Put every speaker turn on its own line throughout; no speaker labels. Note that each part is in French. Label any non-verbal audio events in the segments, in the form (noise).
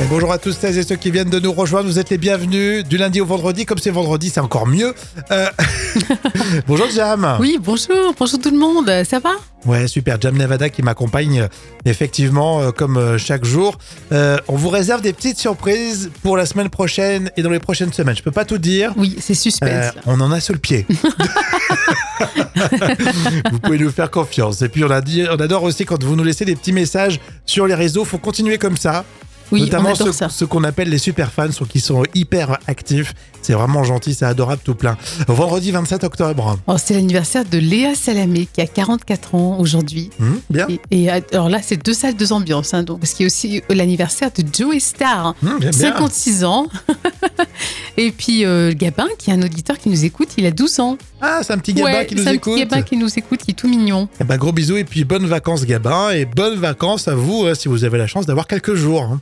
Et bonjour à tous celles et ceux qui viennent de nous rejoindre. Vous êtes les bienvenus du lundi au vendredi. Comme c'est vendredi, c'est encore mieux. Euh, (laughs) bonjour Jam.
Oui, bonjour, bonjour tout le monde, Euh, ça va
Ouais, super. Jam Nevada qui m'accompagne euh, effectivement euh, comme euh, chaque jour. Euh, on vous réserve des petites surprises pour la semaine prochaine et dans les prochaines semaines. Je peux pas tout dire.
Oui, c'est suspense.
Euh, on en a sous le pied. vous pouvez nous faire confiance. Et puis on, a dit, on adore aussi quand vous nous laissez des petits messages sur les réseaux. Faut continuer comme ça.
oui, on
Notamment
adore
ceux,
ça.
ceux qu'on appelle les super fans, ceux qui sont hyper actifs. C'est vraiment gentil, c'est adorable tout plein. Vendredi 27 octobre.
Oh, c'est l'anniversaire de Léa Salamé qui a 44 ans aujourd'hui.
Hmm, bien,
Et, et, euh, alors là, c'est deux salles, deux ambiances. hein, donc, parce qu'il y a aussi l'anniversaire de Joey Star, hein,
Hmm, bien, bien.
56 ans. (laughs) et puis euh, Gabin, qui est un auditeur qui nous écoute, il a 12 ans.
Ah, c'est un petit Gabin
Ouais,
qui nous
c'est un petit
écoute.
Gabin qui nous écoute, qui est tout mignon.
Eh ben, gros bisous et puis bonnes vacances Gabin et bonnes vacances à vous euh, si vous avez la chance d'avoir quelques jours. hein.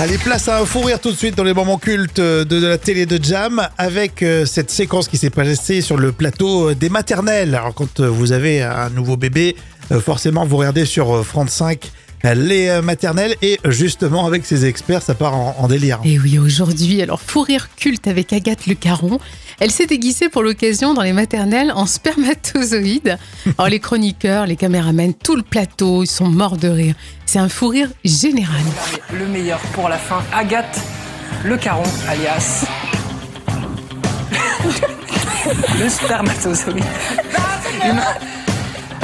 Allez, place à un fou rire tout de suite dans les moments cultes euh, de, de la télé de Jam avec euh, cette séquence qui s'est passée sur le plateau euh, des maternelles. Alors quand euh, vous avez un nouveau bébé, euh, forcément vous regardez sur euh, France 5 euh, les euh, maternelles et euh, justement avec ces experts ça part en, en délire.
Et oui, aujourd'hui, alors fou rire culte avec Agathe Le Caron. Elle s'est déguisée pour l'occasion dans les maternelles en spermatozoïde. Alors les chroniqueurs, les caméramans, tout le plateau, ils sont morts de rire. C'est un fou rire général.
le meilleur pour la fin, Agathe Le Caron, alias. (laughs) le spermatozoïde. Humain.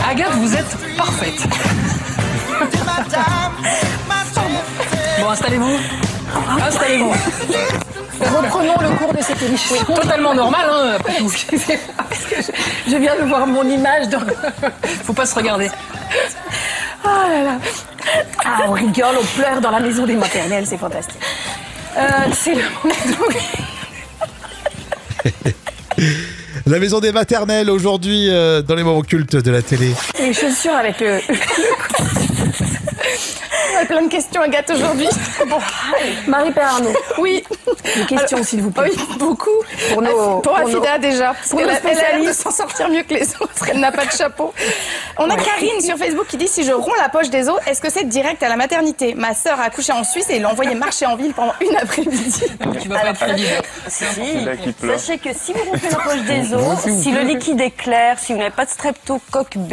Agathe, vous êtes parfaite. Bon, installez-vous. Installez-vous.
Reprenons le cours de cette émission.
Totalement normal, hein, après tout.
Je viens de voir mon image dans.
Faut pas se regarder.
Ah, on rigole, on pleure dans la maison des maternelles, c'est fantastique. Euh, c'est le moment
La maison des maternelles aujourd'hui euh, dans les moments cultes de la télé.
de les chaussures avec le. On a plein de questions, Agathe, aujourd'hui. Bon,
Marie Perarnaud.
oui.
Des questions,
Alors,
s'il vous plaît.
Oui, beaucoup. Ah,
Pour nos-
pour
pour
Afida, déjà. Parce
pour
qu'elle
nos
a- elle a l'air de
spécialistes.
s'en sortir mieux que les autres. Elle n'a pas de chapeau. On a
Karine sur Facebook qui dit si je romps la poche des os, est-ce que c'est direct à la maternité Ma sœur a accouché en Suisse et l'a envoyée marcher en ville pendant une
(laughs)
après-midi.
Tu vas pas être crédible.
Si.
là qui pleure.
Sachez que si vous rompez la poche
(laughs)
des os, si le liquide est clair, si vous n'avez pas de streptocoque B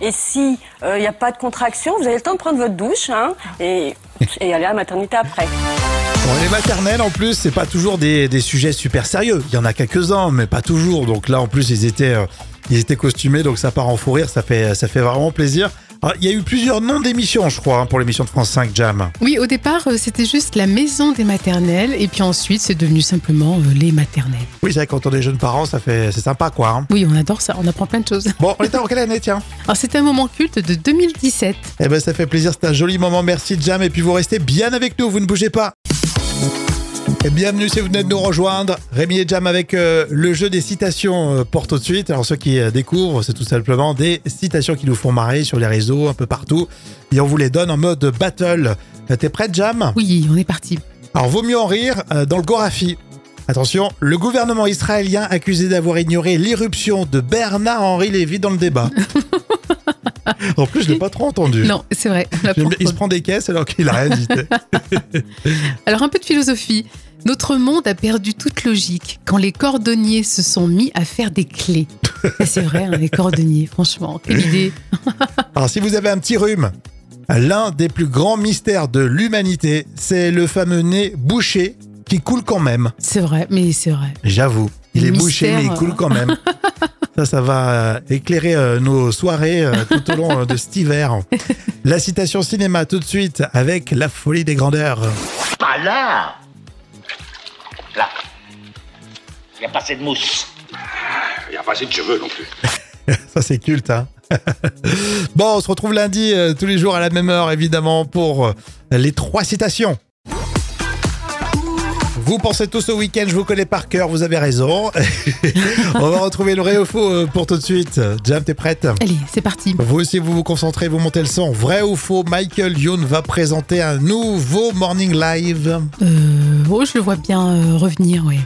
et si euh, il n'y a pas de contraction, vous avez le temps de prendre votre douche hein, et, et aller à la
(laughs)
maternité après.
Bon, les maternelles, en plus, c'est pas toujours des, des sujets super sérieux. Il y en a quelques-uns, mais pas toujours. Donc là, en plus, ils étaient, euh, ils étaient costumés, donc ça part en fou rire. Ça fait, ça fait vraiment plaisir. Alors, il y a eu plusieurs noms d'émissions, je crois, hein, pour l'émission de France 5 Jam.
Oui, au départ, euh, c'était juste la maison des maternelles. Et puis ensuite, c'est devenu simplement euh, les maternelles.
Oui, c'est vrai, quand on est jeunes parents, ça fait, c'est sympa, quoi. hein.
Oui, on adore ça, on apprend plein de choses.
Bon, on était en quelle année, tiens
Alors c'est un moment culte de 2017.
Eh ben, ça fait plaisir. C'est un joli moment. Merci, Jam. Et puis, vous restez bien avec nous. Vous ne bougez pas. Et bienvenue si vous venez de nous rejoindre. Rémi et Jam avec euh, le jeu des citations euh, pour tout de suite. Alors ceux qui euh, découvrent, c'est tout simplement des citations qui nous font marrer sur les réseaux, un peu partout. Et on vous les donne en mode battle. Euh, T'es prête Jam
Oui, on est parti.
Alors vaut mieux en rire euh, dans le Gorafi. Attention, le gouvernement israélien accusé d'avoir ignoré l'irruption de Bernard-Henri Lévy dans le débat. en plus, je l'ai pas trop entendu.
Non, c'est vrai. on l'apprend
J'aime bien, Il se prend des caisses alors qu'il a rien dit.
Alors un peu de philosophie. Notre monde a perdu toute logique quand les cordonniers se sont mis à faire
(laughs)
des clés. Ça, C'est vrai, hein, les cordonniers, franchement, quelle idée.
Alors si vous avez un petit rhume, l'un des plus grands mystères de l'humanité, c'est le fameux nez bouché qui coule quand même.
C'est vrai, mais c'est vrai.
J'avoue, il est
Mystère,
bouché mais il
euh.
coule quand même. ça, ça va euh, éclairer euh, nos soirées euh, tout au long euh, de cet hiver. La citation cinéma tout de suite avec La folie des grandeurs.
Pas là Là. Il n'y a pas assez de mousse.
Il n'y a pas assez de cheveux non plus.
Ça, c'est culte, hein (laughs) Bon, on se retrouve lundi, euh, tous les jours à la même heure, évidemment, pour euh, les trois citations. Vous pensez tous au week-end, je vous connais par cœur, vous avez raison. (laughs) on va retrouver le vrai ou faux euh, pour tout de suite. Jam, t'es prête
Allez, c'est parti.
vous aussi, vous vous concentrez, vous montez le son. Vrai ou faux, Michael Youn va présenter un nouveau Morning Live.
Euh, oh, je le vois bien euh, revenir, oui.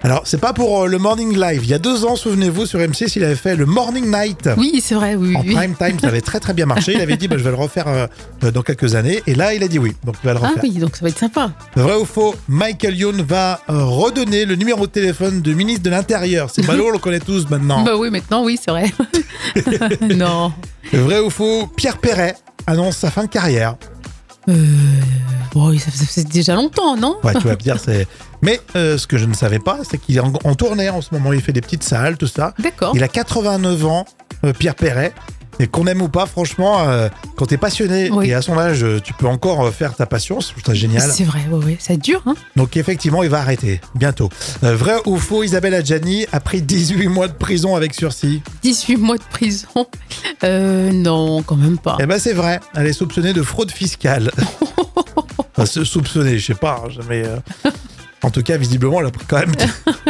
Alors, c'est pas pour euh, le Morning Live. Il y a deux ans, souvenez-vous, sur M6, il avait fait le Morning Night.
Oui, c'est vrai, oui.
En
oui.
prime time, ça avait très très bien marché. Il avait dit, bah, je vais le refaire euh, euh, dans quelques années. Et là, il a dit oui. Donc, il va le
Ah
refaire.
oui, donc ça va être sympa.
Vrai ou faux, Michael Youn va euh, redonner le numéro de téléphone du ministre de l'Intérieur. C'est ballot, on le connaît tous maintenant.
Bah oui, maintenant, oui,
(laughs)
c'est vrai. non.
Vrai ou faux, Pierre Perret annonce sa fin de carrière.
Bon, Oh, ça fait déjà longtemps, non
Ouais, tu vas me dire,
(laughs)
c'est. Mais euh, ce que je ne savais pas, c'est qu'il est en, en tournée en ce moment. Il fait des petites salles, tout ça.
D'accord.
Il a 89 ans, euh, Pierre Perret. Et qu'on aime ou pas, franchement, euh, quand t'es passionné
Oui.
et à son âge, euh, tu peux encore euh, faire ta passion, c'est ça génial.
C'est vrai, ouais, ouais, ça dure. Hein
Donc effectivement, il va arrêter bientôt. Euh, vrai ou faux, Isabelle Adjani a pris 18 mois de prison avec sursis.
18 mois de prison. Euh, non, quand même pas.
Eh ben c'est vrai, elle est soupçonnée de fraude
(laughs)
fiscale. enfin, se- soupçonnée, je sais pas, hein, jamais. euh. En tout cas, visiblement, elle a pris quand
(laughs)
même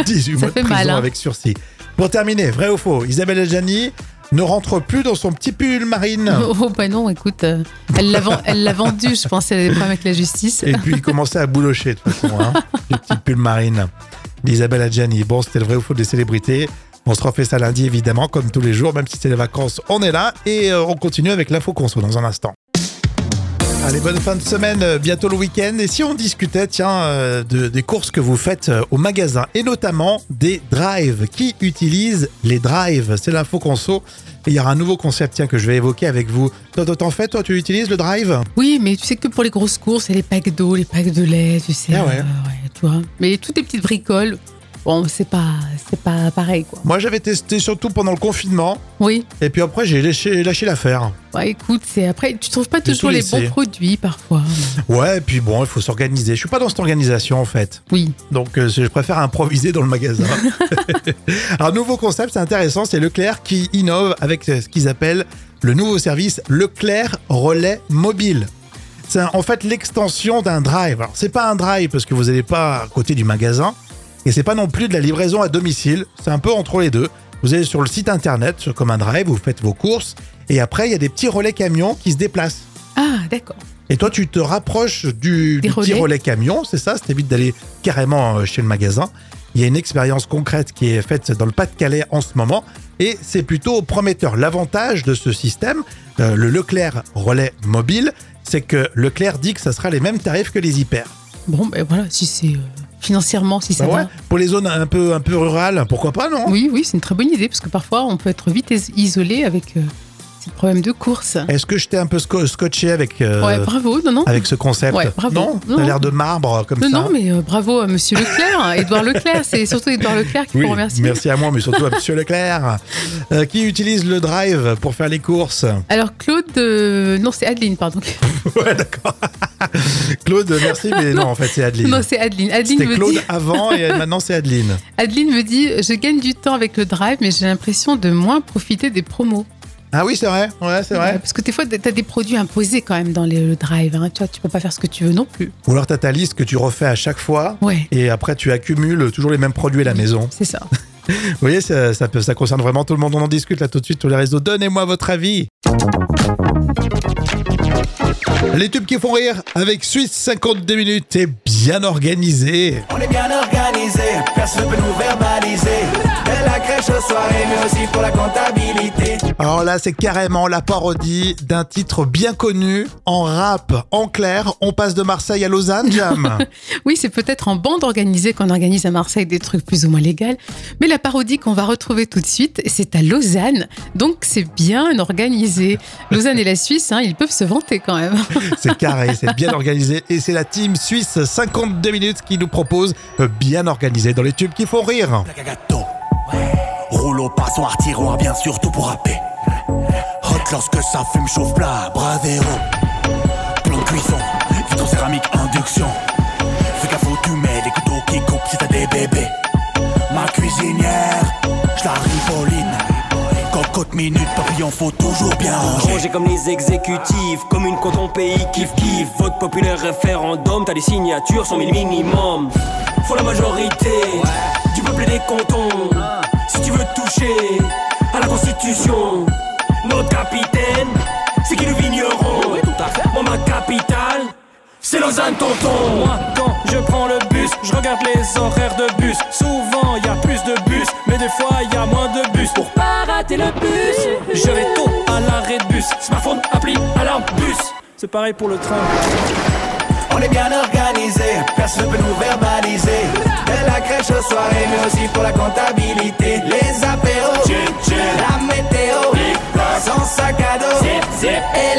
18
Ça
mois de
fait
prison
mal, hein.
avec sursis. Pour terminer, vrai ou faux, Isabelle Adjani ne rentre plus dans son petit pull
(laughs)
marine.
Oh, bah non, écoute, euh, elle l'a ven- elle l'a vendu, je pense, elle a des problèmes avec la justice.
Et puis il commençait à boulocher de toute façon, hein, du petit pull marine d'Isabelle Adjani. Bon, c'était le vrai ou faux des célébrités. On se refait ça lundi évidemment, comme tous les jours, même si c'est les vacances, on est là et euh, on continue avec l'info conso dans un instant. Allez, bonne fin de semaine, euh, bientôt le week-end. Et si on discutait, tiens, euh, de- des courses que vous faites euh, au magasin et notamment des drives. Qui utilise les drives C'est l'info conso. Et il y aura un nouveau concept, tiens, que je vais évoquer avec vous. Toi, toi, t'en fais, toi, tu utilises le drive
Oui, mais tu sais que pour les grosses courses, il y a les packs d'eau, les packs de lait, tu sais. euh,
Ah ouais.
tu vois. Mais toutes les petites bricoles, bon, c'est pas, c'est pas pareil, quoi.
Moi, j'avais testé surtout pendant le confinement.
Oui,
Et puis après, j'ai lâché, lâché l'affaire.
bah, écoute, c'est après, tu trouves pas
tout
toujours les
laisser.
bons produits parfois.
Ouais, et puis bon, il faut s'organiser. Je suis pas dans cette organisation en fait.
Oui.
Donc euh, je préfère improviser dans le magasin. (laughs) Alors, nouveau concept, c'est intéressant, c'est Leclerc qui innove avec euh, ce qu'ils appellent le nouveau service Leclerc Relais Mobile. C'est un- en fait l'extension d'un drive. Alors, c'est pas un drive parce que vous n'allez pas à côté du magasin et c'est pas non plus de la livraison à domicile. C'est un peu entre les deux. Vous allez sur le site internet, sur comme un drive, vous faites vos courses et après, il y a des petits relais camions qui se déplacent.
Ah, d'accord.
Et toi, tu te rapproches du,
Des
du petit
relais.
relais camion, c'est ça Ça t'évite d'aller carrément euh, chez le magasin. Il y a une expérience concrète qui est faite dans le Pas-de-Calais en ce moment et c'est plutôt prometteur. L'avantage de ce système, euh, le Leclerc relais mobile, c'est que Leclerc dit que ça sera les mêmes tarifs que les hyper.
Bon, ben voilà, si c'est euh, financièrement, si ça
Bah ouais.
va.
Pour les zones un peu, un peu rurales, pourquoi pas, non
Oui, oui, c'est une très bonne idée parce que parfois on peut être vite is- isolé avec euh, ces problèmes de course.
Est-ce que je t'ai un peu sco- scotché avec, euh,
Ouais, bravo, non, non.
avec ce concept
Ouais, bravo.
Non,
Non.
T'as l'air de marbre comme
Non,
ça.
non, mais euh, bravo à Monsieur Leclerc, à Édouard Leclerc. C'est surtout Édouard Leclerc qu'il faut remercier.
merci à moi, mais surtout à Monsieur Leclerc, euh, qui utilise le drive pour faire les courses.
Alors Claude, euh, non, c'est Adeline, pardon.
Ouais, d'accord. (laughs) Claude, merci, mais non, en fait, c'est Adeline.
Non, c'est Adeline. Adeline
C'était
me,
Claude
dit,
avant et maintenant c'est Adeline.
Adeline me dit, je gagne du temps avec le drive, mais j'ai l'impression de moins profiter des promos. Euh,
Ah oui, c'est vrai. Ouais, c'est vrai.
Parce que des fois, t'as des produits imposés quand même dans les- le drive. hein. Tu vois, tu peux pas faire ce que tu veux non plus.
Ou alors t'as ta liste que tu refais à chaque fois.
Ouais,
Et après, tu accumules toujours les mêmes produits à la maison.
c'est ça.
Vous voyez, ça, ça, peut- ça concerne vraiment tout le monde. On en discute là tout de suite sur les réseaux. Donnez-moi votre avis. Les tubes qui font rire avec Suisse 52 minutes et bien organisé.
On est bien organisé, personne peut nous verbaliser. De la crèche aux soirées, mais aussi pour la comptabilité.
Alors là, c'est carrément la parodie d'un titre bien connu en rap. En clair, on passe de Marseille à Lausanne,
(laughs)
Jam.
Oui, c'est peut-être en bande organisée qu'on organise à Marseille des trucs plus ou moins légaux. Mais la parodie qu'on va retrouver tout de suite, c'est à Lausanne. Donc c'est bien organisé. Lausanne et la Suisse, hein, ils peuvent se vanter quand même.
c'est carré, c'est bien organisé. Et c'est la team suisse 52 minutes qui nous propose euh, bien organisé dans les tubes qui font rire.
Plaque à gâteau. Rouleau, passoir, tiroir, bien sûr, tout pour râper. Hot lorsque ça fume, chauffe plat, bravero. Plan de cuisson, vitro céramique, induction. Fais gaffe où tu mets les couteaux qui coupent si t'as des bébés. Ma cuisinière, je la riboline. Cocotte minute, papillon, faut toujours bien ranger.
Rangé comme les exécutifs, comme une quand ton pays kiff kiff. Vote populaire, référendum, t'as les signatures, 100 000 minimum. Faut la majorité du peuple et des cantons. Si tu veux toucher à la constitution, notre capitaine, c'est qui le vigneron. Moi, ma capitale, c'est Lausanne, tonton. Moi, quand je prends le bus, je regarde les horaires de bus. Souvent y a plus de bus, mais des fois y a moins de bus. Pour pas rater le bus, je vais tôt à l'arrêt de bus. Smartphone, appli, alarme, bus. C'est pareil pour le train.
On est bien organisé, personne ne peut nous verbaliser. De la crèche aux soirées, mais aussi pour la comptabilité. Les apéros, la météo, sans sac à dos, et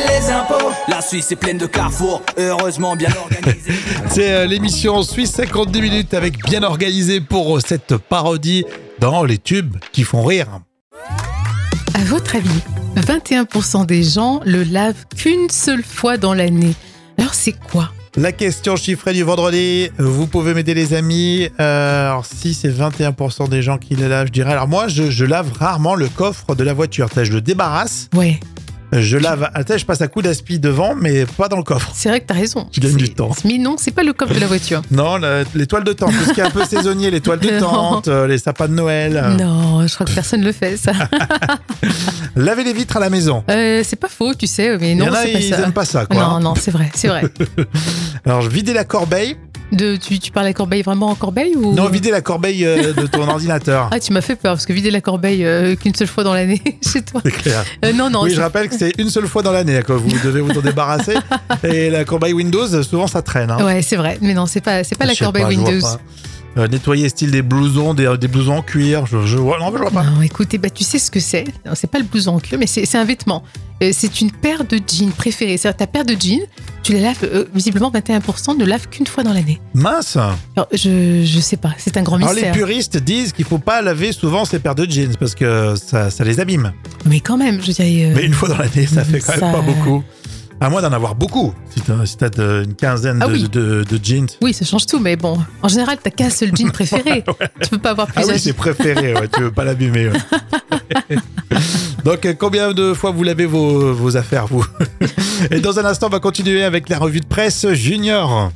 les impôts.
La Suisse est pleine de carrefours, heureusement bien organisée.
C'est euh, l'émission Suisse 52 minutes avec bien organisé pour euh, cette parodie dans les tubes qui font rire.
À votre avis, 21% des gens le lavent qu'une seule fois dans l'année. Alors c'est quoi
La question chiffrée du vendredi, vous pouvez m'aider les amis. Euh, alors si c'est 21% des gens qui le lavent, je dirais. Alors moi, je, je lave rarement le coffre de la voiture. Tu sais, Je le débarrasse,
Ouais,
je lave, tu sais, je passe un coup d'aspi devant, mais pas dans le coffre.
c'est vrai que t'as raison.
Tu gagnes du
C'est-
temps.
Mais non, c'est pas le coffre de la voiture.
Non, la- les toiles de tente, tout ce qui est
(laughs)
un peu saisonnier, les toiles de
Non.
tente, euh, les sapins de Noël. euh,
Non, je crois que personne le fait
(laughs)
ça.
Laver les vitres à la maison.
Euh, c'est pas faux, tu sais,
Il
mais
y
non,
en a,
c'est pas
ils
ça.
aiment pas ça, quoi.
Non, non, c'est vrai,
(laughs)
c'est vrai.
Alors, vider la corbeille.
De, tu, tu parles à corbeille vraiment en corbeille ou
Non, vider la corbeille euh, de ton
(laughs)
ordinateur.
Ah, tu m'as fait peur parce que vider la corbeille euh, qu'une seule fois dans l'année (laughs) chez toi.
C'est clair.
Euh, non, non,
oui,
je-
je rappelle que c'est une seule fois dans l'année hein, que vous devez vous en
(laughs)
débarrasser. Et la corbeille Windows, souvent, ça traîne. hein.
Ouais, c'est vrai, mais non, c'est pas, c'est pas la
Je sais
corbeille
pas, je vois
Windows.
pas. Euh, nettoyer style des blousons, des, des blousons en cuir. Je, je vois, non, je vois pas.
Non, écoute, eh ben, tu sais ce que c'est. Non, C'est pas le blouson en cuir, mais c'est c'est un vêtement. Euh, c'est une paire de jeans préférée. C'est-à-dire ta paire de jeans, tu les laves, euh, visiblement 21% ne lavent qu'une fois dans l'année.
Mince.
Alors, je, je sais pas, c'est un grand
Alors, les
mystère.
puristes disent qu'il faut pas laver souvent ces paires de jeans parce que ça, ça les abîme.
Mais quand même, je dirais. euh,
Mais une fois dans l'année, ça fait quand même
ça-
pas beaucoup. À moins d'en avoir beaucoup. Si t'as si t'as de- une quinzaine
Ah
de,
oui.
de- de jeans.
Oui, ça change tout, mais bon, en général, t'as qu'un seul jean
(laughs)
préféré. Tu peux pas avoir
Ah
plusieurs.
oui, c'est préféré, ouais, tu veux pas l'abîmer. ouais. Donc, euh, combien de fois vous lavez vos, vos affaires, vous Et dans un instant, on va continuer avec la revue de presse junior.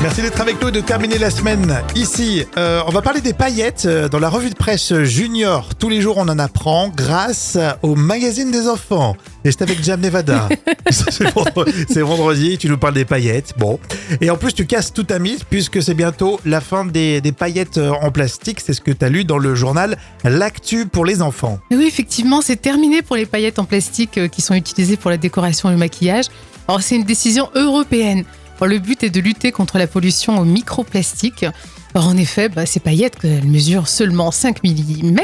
Merci d'être avec nous et de terminer la semaine ici. Euh, on va parler des paillettes euh, dans la revue de presse junior. Tous les jours, on en apprend grâce au magazine des enfants. Et c'est avec Jam Nevada. c'est vendre- c'est vendredi, tu nous parles des paillettes. Bon. Et en plus, tu casses tout ta mythe puisque c'est bientôt la fin des, des paillettes euh, en plastique. C'est ce que tu as lu dans le journal L'actu pour les enfants.
Mais Oui, effectivement, c'est terminé pour les paillettes en plastique euh, qui sont utilisées pour la décoration et le maquillage. Alors, c'est une décision européenne. Alors, le but est de lutter contre la pollution au microplastique. Alors, en effet, bah, ces paillettes, que- elles mesurent seulement 5 mm,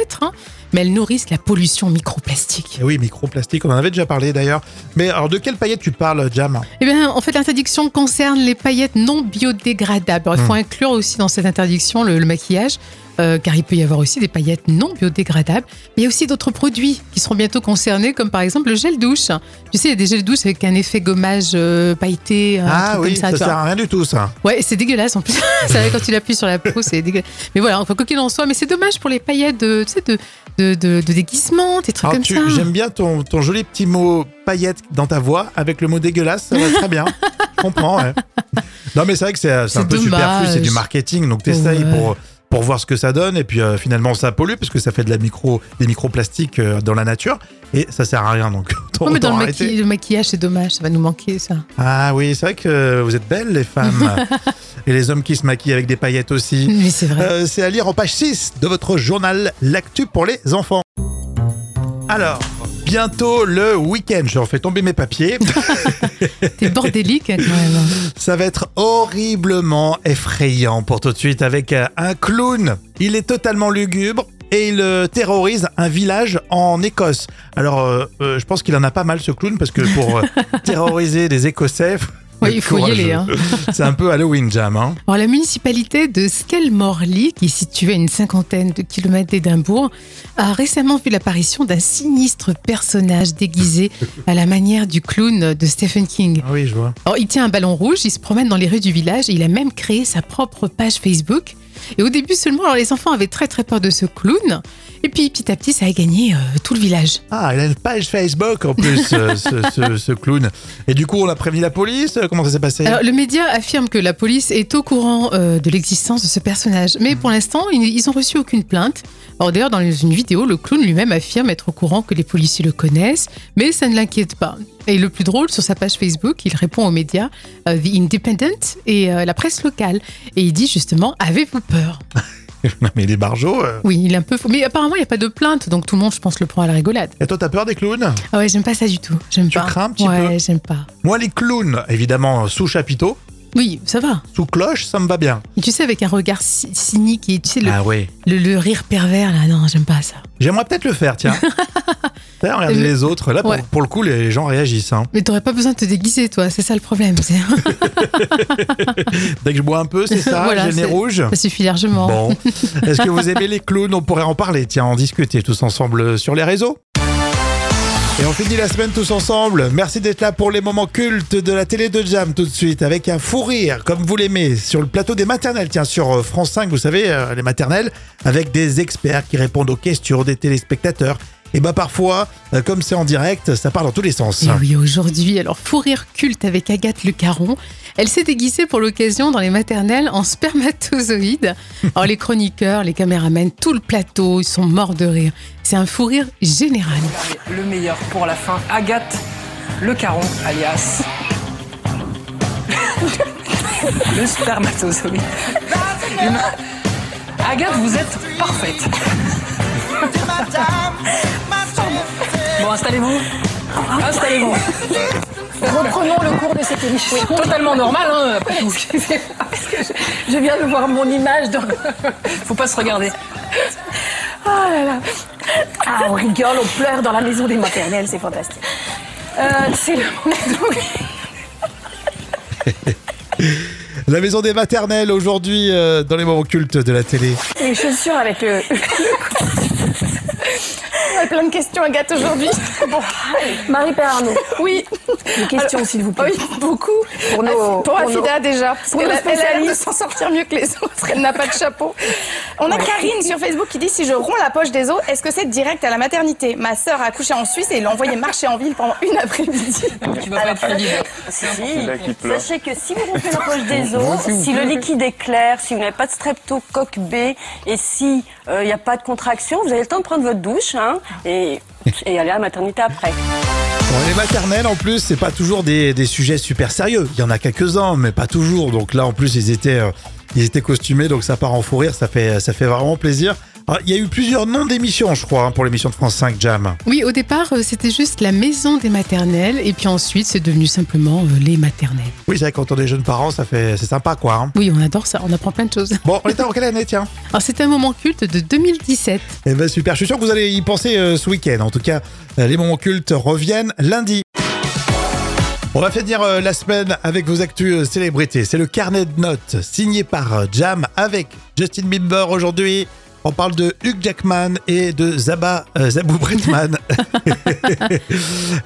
mais elles nourrissent la pollution microplastique.
Et oui, microplastique, on en avait déjà parlé d'ailleurs. Mais alors, de quelle paillette tu parles, Jam
Eh bien, en fait, l'interdiction concerne les paillettes non biodégradables. Alors, il faut
Hmm.
inclure aussi dans cette interdiction le, le maquillage, euh, car il peut y avoir aussi des paillettes non biodégradables. Mais il y a aussi d'autres produits qui seront bientôt concernés, comme par exemple le gel douche. Tu sais, il y a des gels douche avec un effet gommage euh, pailleté, un
Ah
truc
oui,
comme ça.
ça,
tu vois.
sert à rien du tout, ça.
Ouais, c'est dégueulasse en plus. (laughs) c'est vrai, quand tu l'appuies sur la peau, c'est dégueulasse. Mais voilà, enfin, quoi qu'il en soit, mais c'est dommage pour les paillettes de, tu sais, de, de, de- de déguisement, des trucs
Alors,
comme
Ah, tu-
ça.
J'aime bien ton, ton joli petit mot paillette dans ta voix avec le mot dégueulasse, ça va très bien. Je comprends,
(laughs)
ouais. Non, mais c'est vrai que c'est c'est un
C'est
peu superflu,
dommage.
c'est du marketing, donc t'essayes
Ouais.
pour, pour voir ce que ça donne, et puis euh, finalement ça pollue, parce que ça fait de la micro, des microplastiques euh, dans la nature, et ça sert à rien, donc (laughs) autant-
Non, mais dans
autant
le,
arrêter.
maquillage, le maquillage, c'est dommage, ça va nous manquer ça.
Ah oui, c'est vrai que vous êtes belles, les
(laughs)
femmes. et les hommes qui se maquillent avec des paillettes aussi.
Mais c'est vrai.
Euh, c'est à lire en page 6 de votre journal L'actu pour les enfants. Alors, bientôt le week-end, je refais tomber mes
(laughs)
papiers.
T'es bordélique quand même.
Ça va être horriblement effrayant pour tout de suite avec euh, un clown. Il est totalement lugubre. Et il euh, terrorise un village en Écosse. Alors, euh, euh, je pense qu'il en a pas mal ce clown parce que pour euh,
(laughs)
terroriser des Écossais,
Oui, il faut y
courageux.
aller. hein.
c'est un peu Halloween Jam. Hein.
Alors, la municipalité de Skelmorlie, qui est située à une cinquantaine de kilomètres d'Édimbourg, a récemment vu l'apparition d'un sinistre personnage déguisé à la manière du clown de Stephen King.
Ah oui, je vois.
Alors, il tient un ballon rouge, il se promène dans les rues du village et il a même créé sa propre page Facebook. Et au début seulement, alors les enfants avaient très très peur de ce clown. Et puis petit à petit, ça a gagné euh, tout le village.
Ah, il a une page Facebook en plus,
(laughs)
euh, ce, ce- ce clown. Et du coup, on a prévenu la police euh, Comment ça s'est passé
Alors, le média affirme que la police est au courant euh, de l'existence de ce personnage, mais pour l'instant, ils ils ont reçu aucune plainte. Alors, d'ailleurs, dans une vidéo, le clown lui-même affirme être au courant que les policiers le connaissent, mais ça ne l'inquiète pas. Et le plus drôle, sur sa page Facebook, il répond aux médias euh, The Independent et euh, la presse locale. Et il dit justement Avez-vous peur
(laughs) non, mais les barjots. euh.
Oui, il est un peu fou. Mais apparemment, il n'y a pas de plainte, donc tout le monde, je pense, le prend à la rigolade.
Et toi, t'as peur des clowns
Ah ouais, j'aime pas ça du tout. J'aime
Tu
pas.
crains un petit
ouais,
peu
j'aime pas.
Moi, les clowns, évidemment, sous chapiteau,
Oui, ça va.
sous cloche, ça me va bien.
Et tu sais, avec un regard ci- cynique et tu sais, le,
Ah oui.
le, le rire pervers, là, non, j'aime pas ça.
J'aimerais peut-être le faire,
(laughs)
tiens. Tiens, regardez
Mais-
les autres. Là, pour,
Ouais.
pour le coup, les gens réagissent. hein.
Mais t'aurais pas besoin de te déguiser, toi, c'est ça le problème. c'est-
Dès que je bois un peu, c'est ça,
(laughs) Voilà,
j'ai le nez
c'est-
rouge.
Ça suffit largement.
Bon. Est-ce que vous aimez les clowns On pourrait en parler, tiens, en discuter tous ensemble euh, sur les réseaux. Et on finit la semaine tous ensemble. Merci d'être là pour les moments cultes de la télé de Jam tout de suite, avec un fou rire, comme vous l'aimez, sur le plateau des maternelles. Tiens, sur euh, France 5, vous savez, euh, les maternelles, avec des experts qui répondent aux questions des téléspectateurs. Et bah parfois, euh, comme c'est en direct, ça part dans tous les sens.
Et Eh oui, aujourd'hui, alors fou rire culte avec Agathe Le Caron. Elle s'est déguisée pour l'occasion dans les maternelles
(laughs)
en spermatozoïde. Alors les chroniqueurs, les caméramans, tout le plateau, ils sont morts de rire. C'est un fou rire général.
Le meilleur pour la fin, Agathe Le Caron, alias. (laughs) le spermatozoïde. Humain. Agathe, vous êtes parfaite. (laughs) Bon, installez-vous. Installez-vous.
Reprenons le cours de cette émission.
Totalement normal, hein, après tout.
Excusez-moi, parce que je, je viens de voir mon image dans...
Faut pas se regarder.
Oh là là. Ah, on rigole, on pleure dans la maison des maternelles, c'est fantastique. Euh, c'est le moment
La maison des maternelles aujourd'hui euh, dans les moments cultes de la télé.
les chaussures avec (laughs) le...
On a plein de questions à gâte
(laughs)
aujourd'hui.
Bon, Marie-Père Arnaud,
Oui.
une question s'il vous plaît.
Oui, beaucoup.
Pour nos-
Pour
Ah, pour
Afida
nos-
déjà. Parce
pour
qu'elle
nos
a- elle a l'air de
spécialistes.
s'en sortir mieux que les autres. Elle n'a pas de chapeau. On a Karine sur Facebook qui dit si je romps la poche des os, est-ce que c'est direct à la maternité Ma sœur a accouché en Suisse et l'a envoyée marcher en ville pendant une après-midi.
Tu vas pas être crédible.
Si,
là qui pleure.
sachez que si vous rompez la poche des
Moi
os,
aussi, (laughs) vous
si le
pleurez.
liquide est clair, si vous n'avez pas de streptocoque B et si euh, il n'y a pas de contraction, vous avez le temps de prendre votre douche hein, et, et aller à la maternité après.
Bon, les maternelles, en plus, c'est pas toujours des, des sujets super sérieux. Il y en a quelques-uns, mais pas toujours. Donc là, en plus, ils étaient, euh, ils étaient costumés, donc ça part en fou rire. Ça fait, ça fait vraiment plaisir. Alors, il y a eu plusieurs noms d'émissions, je crois, hein, pour l'émission de France 5 Jam.
Oui, au départ, euh, c'était juste la maison des maternelles et puis ensuite, c'est devenu simplement euh, les maternelles.
Oui, c'est vrai, quand on est jeunes parents, ça fait, c'est sympa, quoi. hein.
Oui, on adore ça, on apprend plein de choses.
Bon, on était en quelle année, tiens
Alors c'était un moment culte de 2017.
Eh ben super, je suis sûr que vous allez y penser euh, ce week-end. En tout cas, euh, les moments cultes reviennent lundi. On va finir euh, la semaine avec vos actus euh, célébrités. C'est le carnet de notes signé par euh, Jam avec Justin Bieber aujourd'hui. On parle de Hugh Jackman et de Zaba euh, Zabou Bretman.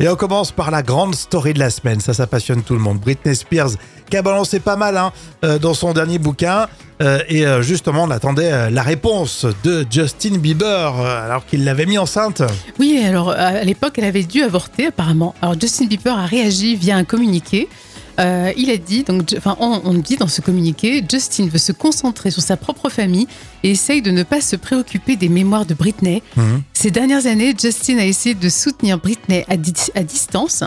et on commence par la grande story de la semaine. Ça, ça passionne tout le monde. Britney Spears, qui a balancé pas mal hein, euh, dans son dernier bouquin. Euh, et euh, justement, on attendait euh, la réponse de Justin Bieber, euh, alors qu'il l'avait mis enceinte.
Oui, alors euh, à l'époque, elle avait dû avorter apparemment. Alors Justin Bieber a réagi via un communiqué. Euh, il a dit, donc, ju- enfin, on, on dit dans ce communiqué, Justin veut se concentrer sur sa propre famille et essaye de ne pas se préoccuper des mémoires de Britney.
Mhm.
Ces dernières années, Justin a essayé de soutenir Britney à, di- à distance.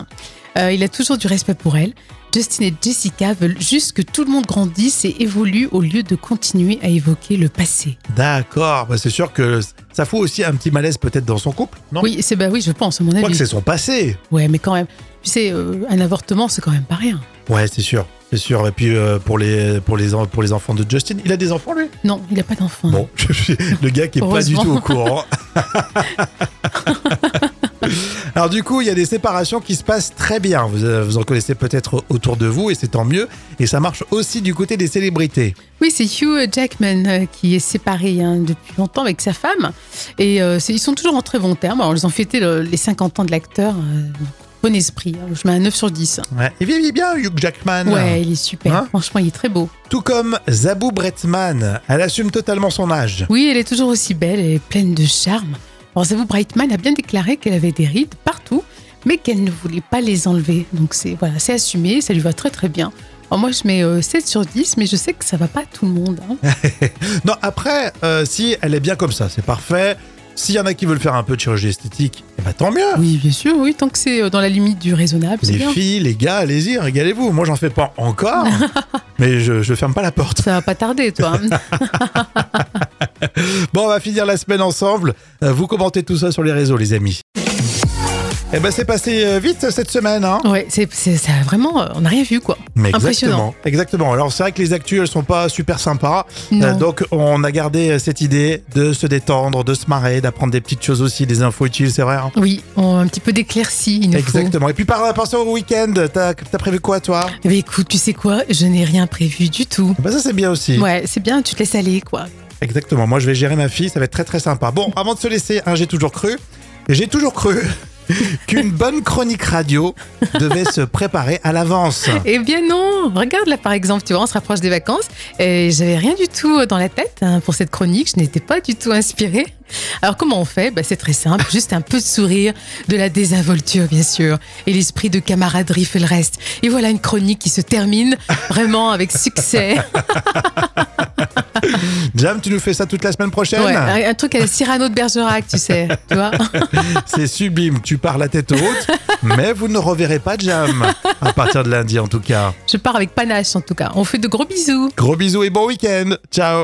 Euh, il a toujours du respect pour elle. Justin et Jessica veulent juste que tout le monde grandisse et évolue au lieu de continuer à évoquer le passé.
D'accord, bah, c'est sûr que ça fout aussi un petit malaise peut-être dans son couple, non
Oui, c'est bah oui, je pense à mon
Je
avis.
crois que c'est son passé.
Ouais, mais quand même, tu sais, euh, un avortement, c'est quand même pas rien.
Ouais, c'est sûr, c'est sûr. Et puis euh, pour, les, pour, les, en- pour les enfants de Justin, il a des enfants lui
Non, il n'a pas (laughs) d'enfant.
Bon, je suis le gars qui est pas du
Heureusement.
tout au
(laughs)
courant. Alors du coup, il y a des séparations qui se passent très bien. Vous, euh, vous en connaissez peut-être autour de vous et c'est tant mieux. Et ça marche aussi du côté des célébrités.
Oui, c'est Hugh Jackman euh, qui est séparé hein, depuis longtemps avec sa femme. Et euh, c'est- ils sont toujours en très bon terme. Alors, ils ont fêté le- les 50 ans de l'acteur. euh, bon esprit. hein. Je mets un 9 sur 10.
Ouais. Il vit bien, Hugh Jackman.
Ouais, il est super.
Ah, Hein
Franchement, il est très beau.
Tout comme Zabou Bretman, elle assume totalement son âge.
Oui, elle est toujours aussi belle et pleine de charme. Alors, vous, Brightman a bien déclaré qu'elle avait des rides partout, mais qu'elle ne voulait pas les enlever. Donc, c'est voilà, c'est assumé, ça lui va très très bien. Alors, moi, je mets euh, 7 sur 10, mais je sais
Ah.
que ça va pas à tout le monde. hein.
Non, après, euh, si elle est bien comme ça, c'est parfait. S'il y en a qui veulent faire un peu de chirurgie esthétique, eh ben, tant mieux.
Oui, bien sûr, oui, tant que c'est euh, dans la limite du raisonnable, c'est
Les
bien.
filles, les gars, allez-y, régalez-vous. Moi, j'en fais pas
(laughs)
encore, mais je, je ferme pas la porte.
Ça va pas tarder, toi.
(laughs)
hein.
Bon, on va finir la semaine ensemble. Euh, Vous commentez tout ça sur les réseaux, les amis. Eh ben, c'est passé euh, vite cette semaine, hein
ouais, c'est, c'est- ça a vraiment, euh, on n'a rien vu, quoi.
Mais
Impressionnant.
exactement, exactement. Alors c'est vrai que les actus, elles sont pas super sympas.
Non.
donc on a gardé euh, cette idée de se détendre, de se marrer, d'apprendre des petites choses aussi, des infos utiles, c'est vrai. hein
Oui, on- un petit peu d'éclaircie, il nous faut.
Exactement. Et puis par penser au week-end, t'as t'as prévu quoi toi
Eh bien, écoute, tu sais quoi Je n'ai rien prévu du tout.
Bah ça c'est bien aussi.
Ouais, c'est bien, tu te laisses aller, quoi.
Exactement. Moi je vais gérer ma fille, ça va être très très sympa. Bon, avant de se laisser, hein, j'ai toujours cru, j'ai toujours cru (laughs) qu'une bonne chronique radio devait se préparer à l'avance.
Eh bien non, regarde là par exemple, tu vois, on se rapproche des vacances et j'avais rien du tout dans la tête hein, pour cette chronique, je n'étais pas du tout inspirée. Alors comment on fait Bah, C'est très simple, juste un peu de sourire, de la désinvolture bien sûr, et l'esprit de camaraderie fait le reste. Et voilà une chronique qui se termine vraiment avec succès.
Jam, tu nous fais ça toute la semaine prochaine
Ouais, un un truc à la Cyrano de Bergerac, tu sais, tu vois.
C'est sublime, tu pars la tête haute, mais vous ne reverrez pas Jam, à partir de lundi en tout cas.
Je pars avec panache en tout cas. On fait de gros bisous.
Gros bisous et bon week-end, ciao